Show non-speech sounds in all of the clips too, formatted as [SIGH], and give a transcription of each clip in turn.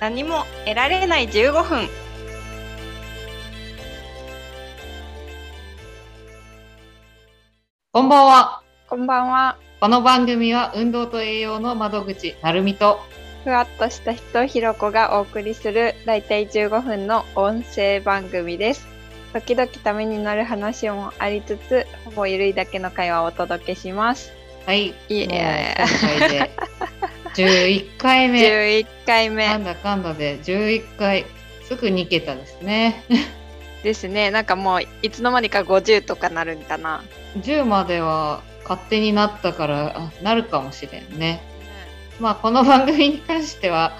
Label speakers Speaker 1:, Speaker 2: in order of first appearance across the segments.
Speaker 1: 何も得られない15分
Speaker 2: こんばんは。
Speaker 1: こんばんは
Speaker 2: この番組は運動と栄養の窓口、なるみと。
Speaker 1: ふわっとした人ひろこがお送りするだいたい15分の音声番組です時々ためになる話もありつつほぼゆるいだけの会話をお届けします
Speaker 2: はい。
Speaker 1: いえいえ
Speaker 2: もう今回
Speaker 1: [LAUGHS]
Speaker 2: で11回目。
Speaker 1: 11回
Speaker 2: な
Speaker 1: 目
Speaker 2: んだかんだで11回。すぐ2桁ですね。 [LAUGHS]
Speaker 1: ですねなんかもういつの間にか50とかなるんかな
Speaker 2: 10までは勝手になったから、あなるかもしれんね。まあ、この番組に関しては、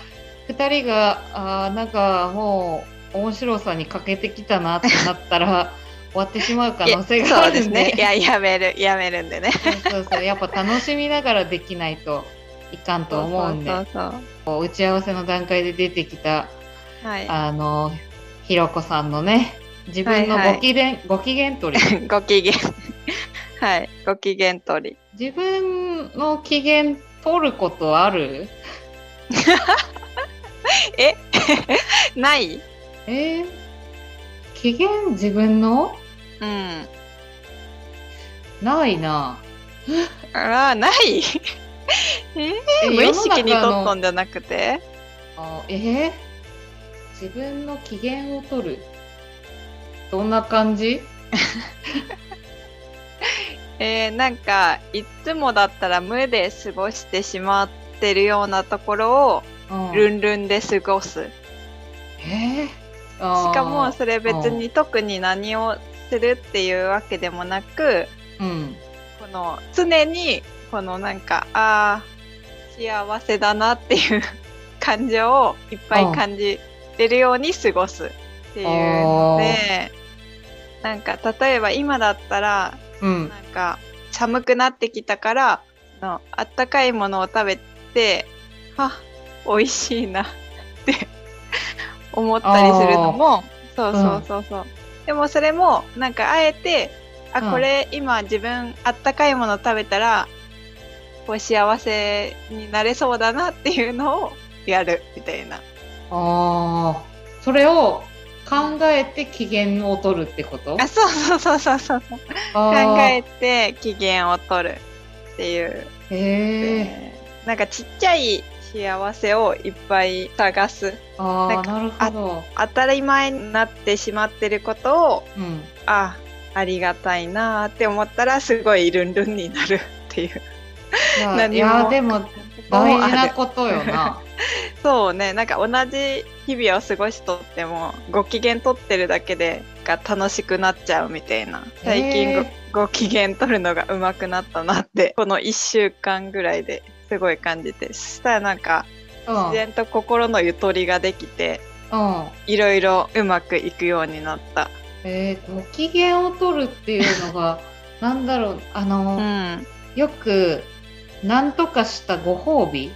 Speaker 2: 2人が、あーなんかもう、面白さに欠けてきたなってなったら、終わってしまう可
Speaker 1: いや
Speaker 2: 能性があ
Speaker 1: そうで
Speaker 2: る
Speaker 1: す
Speaker 2: ん
Speaker 1: ね
Speaker 2: で
Speaker 1: い。ややめるやめるんでね
Speaker 2: そうそうそうやっぱ楽しみながらできないといかんと思うんで
Speaker 1: そうそう
Speaker 2: 打ち合わせの段階で出てきた
Speaker 1: そうはい
Speaker 2: あのひろこさんのね自分の
Speaker 1: はいはい
Speaker 2: ご機嫌、ご機嫌取り
Speaker 1: [LAUGHS] ご機嫌はいご機嫌取り
Speaker 2: 自分の機嫌取ることある
Speaker 1: ない
Speaker 2: えー、機嫌自分の
Speaker 1: うん
Speaker 2: ないな
Speaker 1: あらない
Speaker 2: え
Speaker 1: 無意識に取
Speaker 2: 世
Speaker 1: っ
Speaker 2: の
Speaker 1: と
Speaker 2: 中
Speaker 1: ん
Speaker 2: の
Speaker 1: じゃなくて
Speaker 2: あえー自分の機嫌を取るどんな感じ
Speaker 1: えー、なんかいつもだったら無で過ごしてしまってるようなところ
Speaker 2: うん
Speaker 1: をルンルンで過ごすし
Speaker 2: えーあー
Speaker 1: かもそれ別に特に何をするっていうわけでもなく
Speaker 2: うん
Speaker 1: この常にこのなんかあー幸せだなっていう [LAUGHS] 感情をいっぱい感じれるように過ごすっていうのでなんか例えば今だったら
Speaker 2: うん
Speaker 1: なんか寒くなってきたからそのあったかいものを食べてあ美味しいなって思ったりするのもそうそうそうそう、でもそれもなんかあえて
Speaker 2: う
Speaker 1: あ
Speaker 2: ん
Speaker 1: これ今自分あったかいもの食べたらこう幸せになれそうだなっていうのをやるみたいな
Speaker 2: ああ、それを考えて機嫌を取るってこと
Speaker 1: あそうそうそうそうそう考
Speaker 2: 考
Speaker 1: えて機嫌を取るっていう
Speaker 2: て。へえ。
Speaker 1: なんかちっちゃい幸せをいっぱい探す
Speaker 2: あ
Speaker 1: な
Speaker 2: あ、
Speaker 1: んか
Speaker 2: なるほど。
Speaker 1: 当たり前になってしまってることを
Speaker 2: うん。
Speaker 1: あありがたいなーって思ったらすごいルンルンになるっていう
Speaker 2: いや、
Speaker 1: 何
Speaker 2: いや
Speaker 1: も
Speaker 2: でも大事なことよ
Speaker 1: [LAUGHS]
Speaker 2: な。
Speaker 1: そうねなんか同じ日々を過ごしとってもご機嫌とってるだけでが楽しくなっちゃうみたいな最
Speaker 2: へ
Speaker 1: 近
Speaker 2: ー
Speaker 1: ごご機嫌取るのが上手くなったなってこの1週間ぐらいですごい感じてそしたらなんか
Speaker 2: う
Speaker 1: 自然と心のゆとりができて
Speaker 2: ん。うん。
Speaker 1: いろいろうまくいくようになった。
Speaker 2: えー、ご機嫌を取るっていうの
Speaker 1: [LAUGHS]
Speaker 2: が、なんだろう、あの、
Speaker 1: うん。
Speaker 2: よく、なんとかしたご褒美自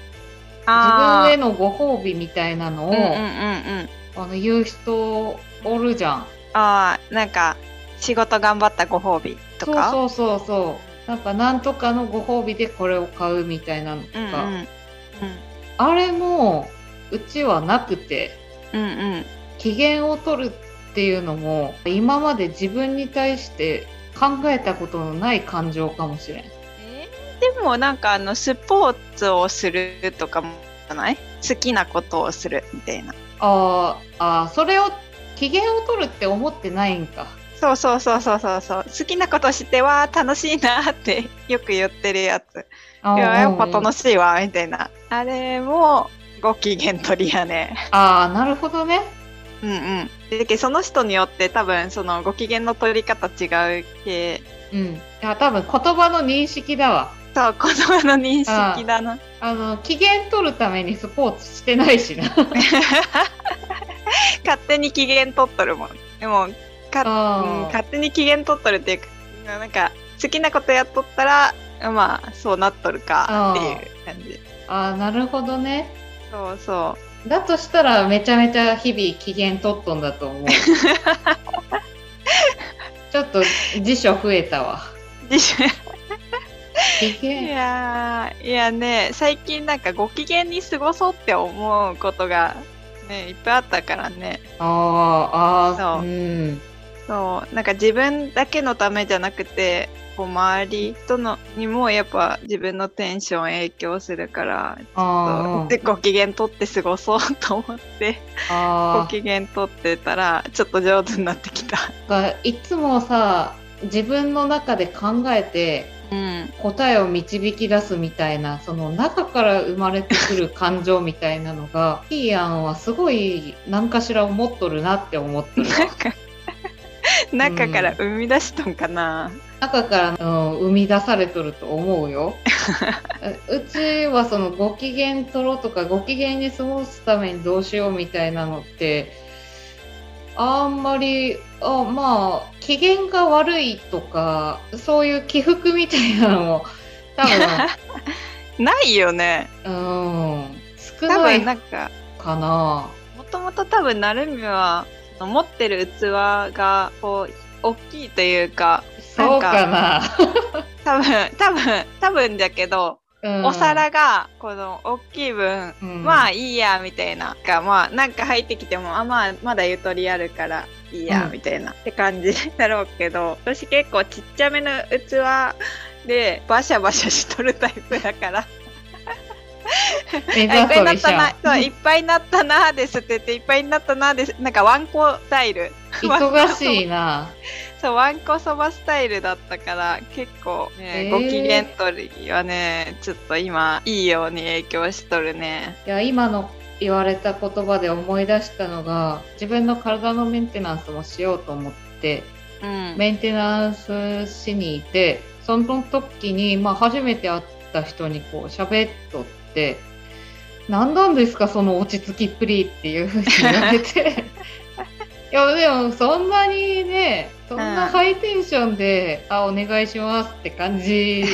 Speaker 1: あ
Speaker 2: 分へ
Speaker 1: ー
Speaker 2: のご褒美みたいなのを、
Speaker 1: うんうんうんうん。
Speaker 2: あの言う人おるじゃん。
Speaker 1: ああ、なんか仕事頑張ったご褒美とか。う
Speaker 2: そうそうそうそうなんかなんとかのご褒美でこれを買うみたいなのと
Speaker 1: んうん。
Speaker 2: か、あれもうちはなくて
Speaker 1: うんうんうん。
Speaker 2: 機嫌を取るっていうのも今まで自分に対して考えたことのない感情かもしれん
Speaker 1: えーでもなんかあのスポーツをするとかもじゃない好きなことをするみたいな。
Speaker 2: あーあーそれを機嫌を取るって思ってないんか
Speaker 1: そうそうそうそうそうそう。好きなことしては楽しいなってよく言ってるやつ。い
Speaker 2: あー
Speaker 1: ややっぱ
Speaker 2: うんうん
Speaker 1: 楽しいわみたいな。あれもご機嫌取りやね。
Speaker 2: あーなるほどね
Speaker 1: うんうん。だけどその人によって多分そのご機嫌の取り方違う系。
Speaker 2: うんいや多分言葉の認識だわ
Speaker 1: そう、子供の認識だな。
Speaker 2: あの機嫌取るためにスポーツしてないしな
Speaker 1: [LAUGHS] 勝手に機嫌取っとるもん。でも、かうん
Speaker 2: あー
Speaker 1: 勝手に機嫌取っとるっていうか、なんか好きなことやっとったら、まあそうなっとるかっていう感じ。
Speaker 2: あーなるほどね
Speaker 1: そうそう。
Speaker 2: だとしたらめちゃめちゃ日々機嫌取っとんだと思
Speaker 1: [LAUGHS]
Speaker 2: うちょっと辞書増えたわ
Speaker 1: 自主
Speaker 2: 機
Speaker 1: い
Speaker 2: 嫌
Speaker 1: やーいやね最近なんかご機嫌に過ごそうって思うことがねいっぱいあったからね
Speaker 2: あーあー
Speaker 1: そう
Speaker 2: うん
Speaker 1: そうなんか自分だけのためじゃなくてこう周りとのにもやっぱ自分のテンション影響するから
Speaker 2: あ
Speaker 1: でご機嫌取って過ごそうと思って
Speaker 2: ーあ
Speaker 1: ご
Speaker 2: ー
Speaker 1: 機嫌取ってたらちょっと上手になってきた。
Speaker 2: がいつもさ自分の中で考えて
Speaker 1: うん、
Speaker 2: 答えを導き出すみたいなその中から生まれてくる感情みたいなのがいい案はすごい何かしら思っとるなって思ってる
Speaker 1: なんか中から生み出しとんかな、
Speaker 2: 中から、うん、生み出されとると思
Speaker 1: [LAUGHS]
Speaker 2: うよううちはそのご機嫌取ろうとかご機嫌に過ごすためにどうしようみたいなのってあんまりあまあ機嫌が悪いとかそういう起伏みたいなのも多
Speaker 1: ないよね [LAUGHS]
Speaker 2: 分、うん、
Speaker 1: 多
Speaker 2: 少ない
Speaker 1: 分なんか
Speaker 2: かな。
Speaker 1: もともと多分なるみはその持ってる器がこう大きいというか
Speaker 2: そうかな。
Speaker 1: 多分多分多分だけど、
Speaker 2: うん
Speaker 1: お皿、がこの大きい分
Speaker 2: うん
Speaker 1: まあいいやみたいなかまあなんか入ってきてもあまあまだゆとりあるからいいや
Speaker 2: うん
Speaker 1: みたいな、って感じだろうけど私結構ちっちゃめの器でバシャバシャしとるタイプだから
Speaker 2: 目
Speaker 1: あいっ
Speaker 2: ざ
Speaker 1: ぱいになっ
Speaker 2: とりじ
Speaker 1: た
Speaker 2: ゃん
Speaker 1: なそういっぱいになったなーですって言っていっぱいになったなーですなんかワンコスタイル
Speaker 2: 忙しいな。
Speaker 1: そうワンコそばスタイルだったから結構、ね
Speaker 2: へー
Speaker 1: ご機嫌取りはねちょっと今いいように影響しとるね
Speaker 2: いや今の言われた言葉で思い出したのが自分の体のメンテナンスもしようと思って
Speaker 1: うん
Speaker 2: メンテナンスしにいてその時に、まあ、初めて会った人にこう喋っとって「何なんですかその落ち着きっぷり」っていうふうに言われていやでもそんなにねそんなハイテンションで「あお願いします」って感じ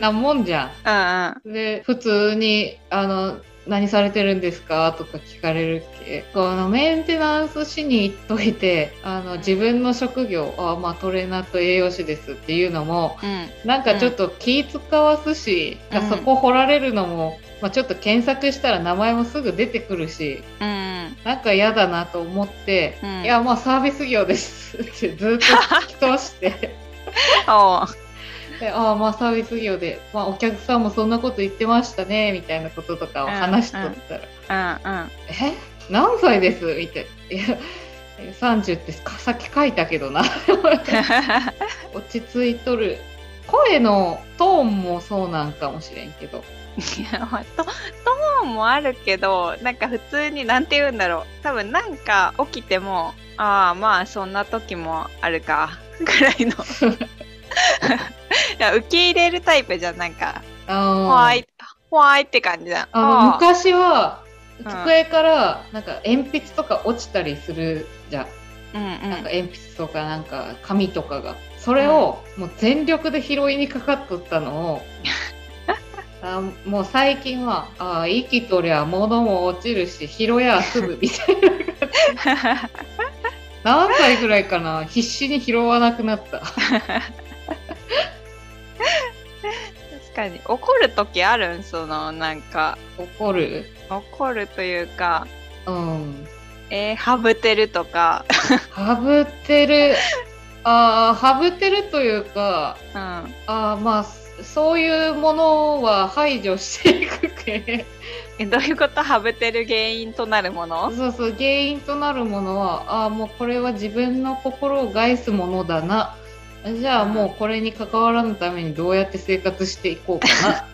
Speaker 2: なもんじゃん。
Speaker 1: うんうん
Speaker 2: で普通にあの何されてるんですかとか聞かれるっけこのメンテナンスしに行っといてあの自分の職業あ、まあ、トレーナーと栄養士ですっていうのも
Speaker 1: うん
Speaker 2: なんかちょっと気使わすし、
Speaker 1: うん
Speaker 2: そこ掘られるのも、まあ、ちょっと検索したら名前もすぐ出てくるし
Speaker 1: うん
Speaker 2: なんか嫌だなと思って。
Speaker 1: うん
Speaker 2: いやまあサービス業ですってずっと聞き通して
Speaker 1: おう
Speaker 2: でああまあサービス業で、まあ、お客さんもそんなこと言ってましたねみたいなこととかを話しとったら
Speaker 1: うんうん
Speaker 2: 「え何歳です?」みたいな「いや30ってかさっき書いたけどな」 [LAUGHS] 落ち着いとる声のトーンもそうなんかもしれんけど
Speaker 1: いやまあトトーンもあるけどなんか普通になんて言うんだろう多分なんか起きてもああまあそんな時もあるかぐらいのいや受け入れるタイプじゃんなんか
Speaker 2: あ
Speaker 1: は
Speaker 2: ー
Speaker 1: いほわいって感じじゃん
Speaker 2: あの
Speaker 1: ああ
Speaker 2: 昔は
Speaker 1: ん
Speaker 2: 机からなんか鉛筆とか落ちたりするじゃん
Speaker 1: うんうん
Speaker 2: なんか鉛筆とかなんか紙とかがそれをもう全力で拾いにかかっとったの [LAUGHS] をあもう最近はあ息とりゃ物も落ちるし拾やすぐみたいな何歳ぐらいかな [LAUGHS] 必死に拾わなくなった
Speaker 1: 確かに怒る時あるんそのなんか
Speaker 2: 怒る
Speaker 1: 怒るというか
Speaker 2: うん
Speaker 1: えー、ハブてるとか
Speaker 2: はぶってるあーはぶってるというか
Speaker 1: うん
Speaker 2: あーまあそういうものは排除していくけ
Speaker 1: えどういうことハブてる原因となるもの
Speaker 2: そうそう原因となるものはあーもうこれは自分の心を害すものだなじゃあもうこれに関わらぬためにどうやって生活していこうか
Speaker 1: [LAUGHS]
Speaker 2: な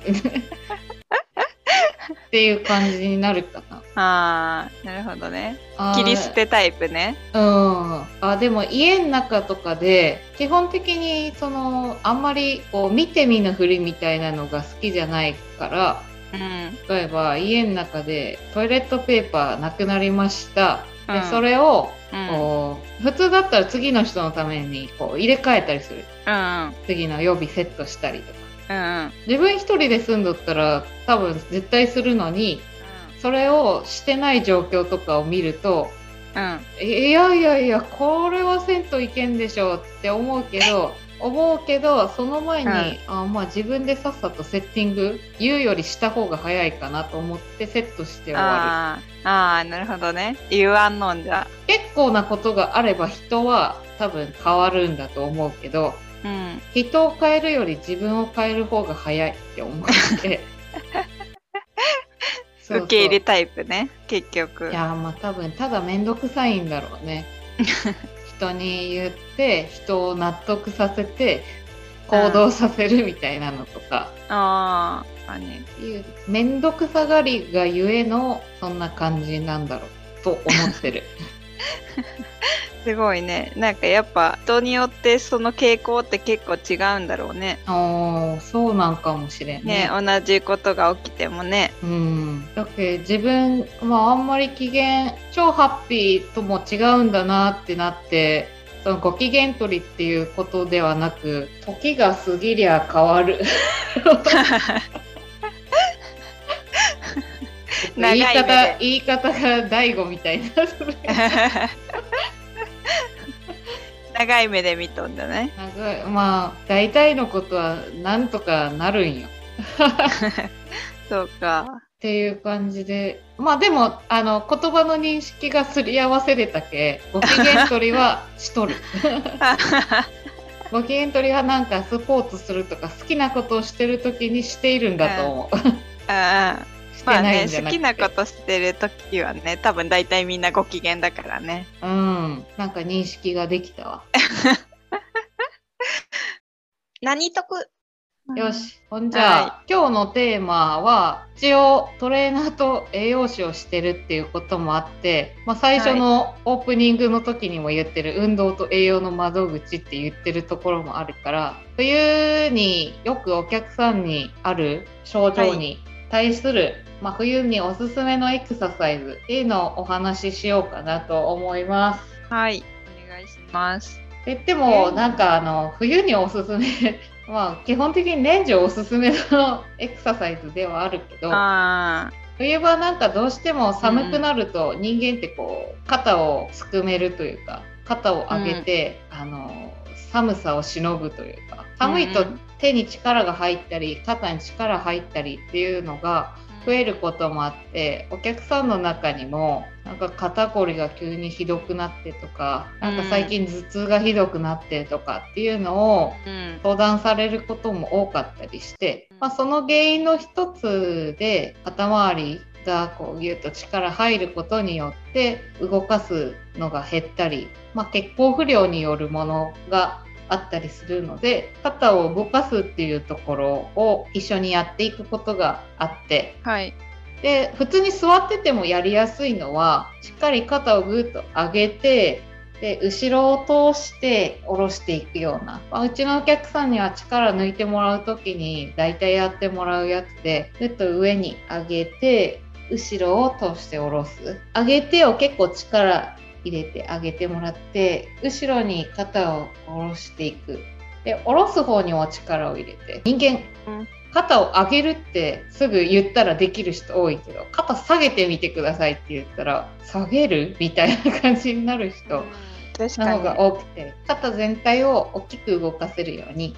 Speaker 2: っていう感じになるかな。
Speaker 1: ああなるほどね
Speaker 2: あー
Speaker 1: 切り捨てタイプね
Speaker 2: うん、あでも家の中とかで基本的にそのあんまりこう見て見ぬふりみたいなのが好きじゃないから
Speaker 1: うん
Speaker 2: 例えば家の中でトイレットペーパーなくなりました、
Speaker 1: う
Speaker 2: で
Speaker 1: ん
Speaker 2: それを
Speaker 1: うんうん
Speaker 2: こう普通だったら次の人のためにこう入れ替えたりする
Speaker 1: うん
Speaker 2: 次の予備セットしたりとか
Speaker 1: うんうん
Speaker 2: 自分一人で住んどったら多分絶対するのにそれをしてない状況とかを見るといやいやいやこれはせんといけんでしょうって思うけど思うけどその前に、
Speaker 1: うん
Speaker 2: あまあ、自分でさっさとセッティング言うよりした方が早いかなと思ってセットして終わ
Speaker 1: あーあーなるほどね言わんのんじゃ
Speaker 2: る結構なことがあれば人は多分変わるんだと思うけど
Speaker 1: うん
Speaker 2: 人を変えるより自分を変える方が早いって思って
Speaker 1: [LAUGHS]
Speaker 2: そうそう
Speaker 1: 受け入れタイプね結局
Speaker 2: いやーまあ多分ただ面倒くさいんだろ
Speaker 1: [LAUGHS]
Speaker 2: うね人に言って人を納得させて行動させるみたいなのとか
Speaker 1: あーあね
Speaker 2: いう面倒くさがりがゆえのそんな感じなんだろうと思っ
Speaker 1: [LAUGHS]
Speaker 2: てる
Speaker 1: すごいねなんかやっぱ人によってその傾向って結構違うんだろうね
Speaker 2: あーそうなんかもしれん
Speaker 1: ね
Speaker 2: ね
Speaker 1: 同じことが起きても
Speaker 2: [LAUGHS]
Speaker 1: ね
Speaker 2: うんだけど自分、まあ、あんまり機嫌超ハッピーとも違うんだなってなってそのご機嫌取りっていうことではなく時が過ぎりゃ変わる [LAUGHS]
Speaker 1: 長
Speaker 2: 言
Speaker 1: い
Speaker 2: い
Speaker 1: 目
Speaker 2: 方
Speaker 1: で
Speaker 2: 言い方が大悟みたいなそれ
Speaker 1: 長い目で見とんだね
Speaker 2: [LAUGHS] 長いまあ大体のことはなんとかなるんよっ
Speaker 1: そう
Speaker 2: [LAUGHS]
Speaker 1: か
Speaker 2: ていう感じでまあでもあの言葉の認識がすり合わせれたけご機嫌取
Speaker 1: [LAUGHS]
Speaker 2: りはしとるご機嫌取りはなんかスポーツするとか好きなことをしてる時にしているんだと思う、
Speaker 1: ああ
Speaker 2: [LAUGHS] して
Speaker 1: まあ
Speaker 2: ない
Speaker 1: ね
Speaker 2: んじゃ
Speaker 1: 好
Speaker 2: なく
Speaker 1: き
Speaker 2: て、
Speaker 1: なことしてる時はね多分大体みんなご機嫌だからね
Speaker 2: うんなんか認識ができたわ、
Speaker 1: 何得
Speaker 2: よしほんじゃあ、今日のテーマは一応トレーナーと栄養士をしてるっていうこともあって、まあ、最初のオープニングの時にも言ってる、運動と栄養の窓口って言ってるところもあるから冬によくお客さんにある症状に対する、まあ、冬におすすめのエクササイズっていうのをお話ししようかなと思います。
Speaker 1: はいお願いします
Speaker 2: 言っても、
Speaker 1: えー
Speaker 2: なんかあの冬におすすめ [LAUGHS] まあ基本的に年中おすすめの [LAUGHS] エクササイズではあるけど
Speaker 1: ああ
Speaker 2: 冬場なんかどうしても寒くなると人間ってこう肩をすくめるというか肩を上げて、あの寒さをしのぐというか寒いと
Speaker 1: うんうん
Speaker 2: 手に力が入ったり肩に力入ったりっていうのが増えることもあってお客さんの中にもなんか肩こりが急にひどくなってとかなんか最近頭痛がひどくなってとかっていうのを
Speaker 1: うん
Speaker 2: 相談されることも多かったりして、まあ、その原因の一つで肩周りがこうギュッと力入ることによって動かすのが減ったり、まあ、血行不良によるものがあったりするので肩を動かすっていうところを一緒にやっていくことがあって
Speaker 1: はい
Speaker 2: で普通に座っててもやりやすいのはしっかり肩をぐーっと上げてで後ろを通して下ろしていくような、まあうちのお客さんには力抜いてもらう時に大体やってもらうやつでぐっと上に上げて後ろを通して下ろす上げてを結構力入れて上げてもらって後ろに肩を下ろしていくで下ろす方にも力を入れて人間
Speaker 1: うん
Speaker 2: 肩を上げるってすぐ言ったらできる人多いけど肩下げてみてくださいって言ったら下げるみたいな感じになる人
Speaker 1: 確か
Speaker 2: の方
Speaker 1: に
Speaker 2: が多くて肩全体を大きく動かせるように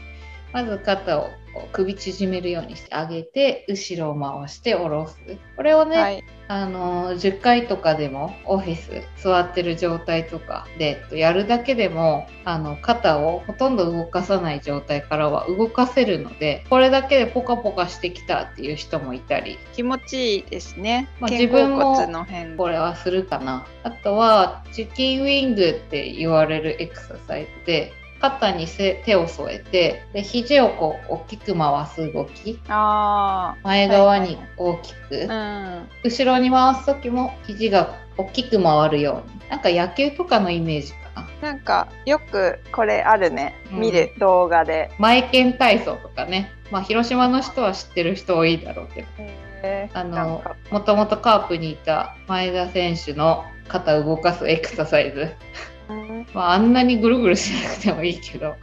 Speaker 2: まず肩をこう首縮めるようにして上げて後ろを回して下ろすこれをね、
Speaker 1: はい
Speaker 2: あのー10回とかでもオフィス座ってる状態とかでえっとやるだけでもあの肩をほとんど動かさない状態からは動かせるのでこれだけでポカポカしてきたっていう人もいたり
Speaker 1: 気持ちいいですね、
Speaker 2: まあ
Speaker 1: 肩甲骨の辺
Speaker 2: これはするかなあとはチキンウィングって言われるエクササイズで肩にせ手を添えてで肘をこう大きく回す動き
Speaker 1: あ
Speaker 2: 前側に大きく、
Speaker 1: あうん
Speaker 2: 後ろに回す時も肘が大きく回るようになんか野球とかのイメージか
Speaker 1: な
Speaker 2: な
Speaker 1: んかよくこれあるね、
Speaker 2: うん
Speaker 1: 見る動画で、
Speaker 2: 前剣体操とかねまあ広島の人は知ってる人多いだろうけど
Speaker 1: へー
Speaker 2: あ
Speaker 1: なん
Speaker 2: の
Speaker 1: か
Speaker 2: もともとカープにいた前田選手の肩動かすエクササイズ、
Speaker 1: うん
Speaker 2: まあ、あんなにぐるぐるしなくてもいいけど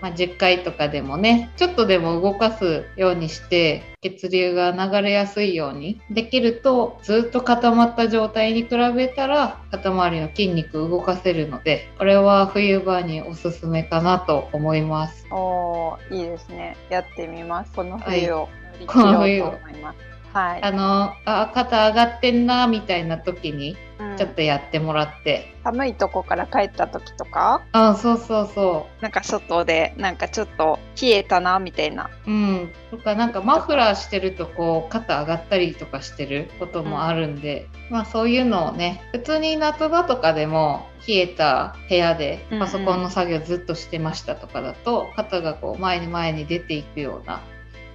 Speaker 2: まあ、10回とかでもねちょっとでも動かすようにして血流が流れやすいようにできるとずっと固まった状態に比べたら肩周りの筋肉動かせるのでこれは冬場におすすめかなと思います
Speaker 1: おーいいですねやってみますこの
Speaker 2: はい
Speaker 1: 冬を乗り切
Speaker 2: この冬
Speaker 1: ろうと思いますはい、
Speaker 2: あのあ肩上がってんなみたいな時に
Speaker 1: うん
Speaker 2: ちょっとやってもらって、
Speaker 1: 寒いとこから帰った時とか
Speaker 2: あそうそうそ
Speaker 1: なんか外でなんかちょっと冷えたなみたいな
Speaker 2: ううんとかなんかマフラーしてるとこう肩上がったりとかしてることもあるんで、まあそういうのをね普通に夏場とかでも冷えた部屋で
Speaker 1: うんうん
Speaker 2: パソコンの作業ずっとしてましたとかだと肩がこう前に前に出ていくような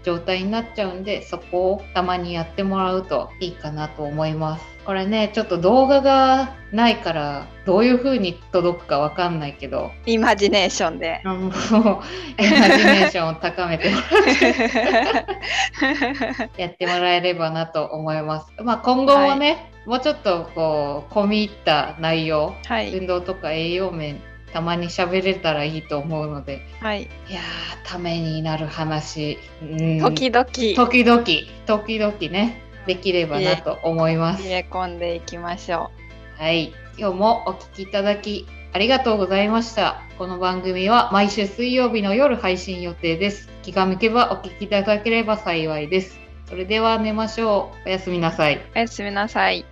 Speaker 2: 状態になっちゃうんでそこをたまにやってもらうといいかなと思いますこれねちょっと動画がないからどういう風に届くかわかんないけど
Speaker 1: イマジネーション
Speaker 2: [LAUGHS]
Speaker 1: で
Speaker 2: あ
Speaker 1: [LAUGHS]
Speaker 2: もうイマジネーションを高めてもらやってもらえればなと思います。まあ、今後もね、もうちょっとこう込み入った内容、
Speaker 1: はい
Speaker 2: 運動とか栄養面たまに喋れたらいいと思うので、
Speaker 1: はい
Speaker 2: いやーためになる話、うん
Speaker 1: 時々冷
Speaker 2: 時々時々ねできればなと思います。
Speaker 1: え込んでいきましょ
Speaker 2: はい、今日もお聞きいただきありがとうございました。この番組は毎週水曜日の夜配信予定です。気が向けばお聞きいただければ幸いです。それでは寝ましょう。おやすみなさい。
Speaker 1: うおやすみなさい